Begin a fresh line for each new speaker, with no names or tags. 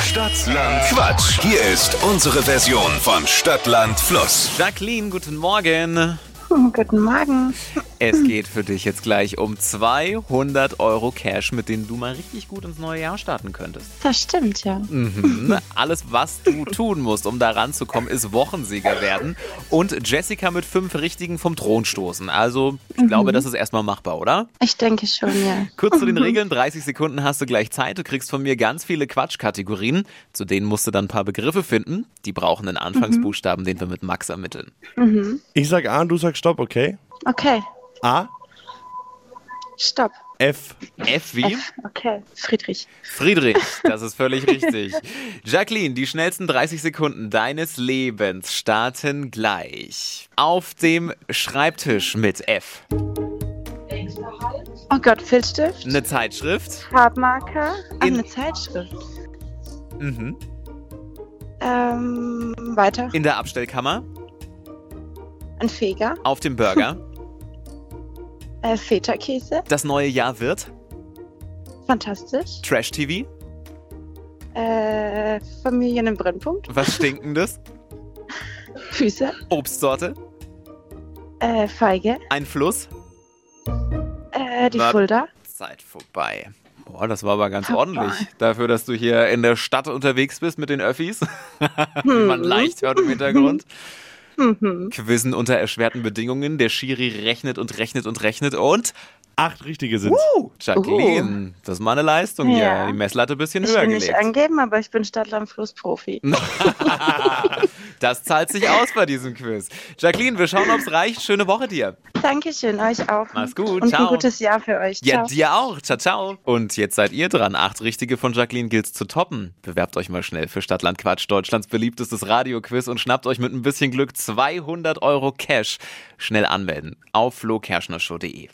Stadtland Quatsch. Hier ist unsere Version von Stadtland Fluss.
Jacqueline, guten Morgen.
Oh, Guten Morgen.
Es geht für dich jetzt gleich um 200 Euro Cash, mit denen du mal richtig gut ins neue Jahr starten könntest.
Das stimmt, ja.
Mhm. Alles, was du tun musst, um da ranzukommen, ist Wochensieger werden und Jessica mit fünf Richtigen vom Thron stoßen. Also, ich glaube, das ist erstmal machbar, oder?
Ich denke schon, ja.
Kurz zu den Regeln. 30 Sekunden hast du gleich Zeit. Du kriegst von mir ganz viele Quatschkategorien. Zu denen musst du dann ein paar Begriffe finden. Die brauchen einen Anfangsbuchstaben, den wir mit Max ermitteln.
Ich sag A und du sagst Stopp, okay?
Okay,
A,
stopp.
F.
F wie?
Okay, Friedrich.
Friedrich, das ist völlig richtig. Jacqueline, die schnellsten 30 Sekunden deines Lebens starten gleich. Auf dem Schreibtisch mit F.
Oh Gott, Filzstift,
Eine Zeitschrift.
Farbmarker, Ach,
Ne. In-
eine Zeitschrift.
Mhm.
Ähm, weiter.
In der Abstellkammer.
Ein Feger,
Auf dem Burger.
äh, Feta-Käse,
Das neue Jahr wird.
fantastisch.
Trash TV.
Äh, Familien im Brennpunkt,
Was Stinkendes.
Füße,
Obstsorte.
äh, Feige,
Ein Fluss.
äh, die
Na-
Fulda.
Zeit vorbei. Boah, das war aber ganz ordentlich. Dafür, dass du hier in der Stadt unterwegs bist mit den Öffis. Wie Man leicht hört im Hintergrund.
Mhm.
Quizzen unter erschwerten Bedingungen. Der Schiri rechnet und rechnet und rechnet und.
Acht richtige sind.
Jacqueline, das ist mal eine Leistung hier.
Uh. Ja.
Die Messlatte ein bisschen
Ich
höher
will nicht
gelegt.
angeben, aber ich bin Stadtlandfluss-Profi.
Das zahlt sich aus bei diesem Quiz. Jacqueline, wir schauen, ob es reicht. Schöne Woche dir.
Dankeschön, euch auch.
Mach's gut,
Und
ciao.
ein gutes Jahr für euch.
Ja,
Ciao.
dir auch. Ciao, ciao. Und jetzt seid ihr dran. Acht Richtige von Jacqueline gilt's zu toppen. Bewerbt euch mal schnell für Stadtland Quatsch, Deutschlands beliebtestes Radioquiz und schnappt euch mit ein bisschen Glück 200 Euro Cash. Schnell anmelden auf flokerschnershow.de.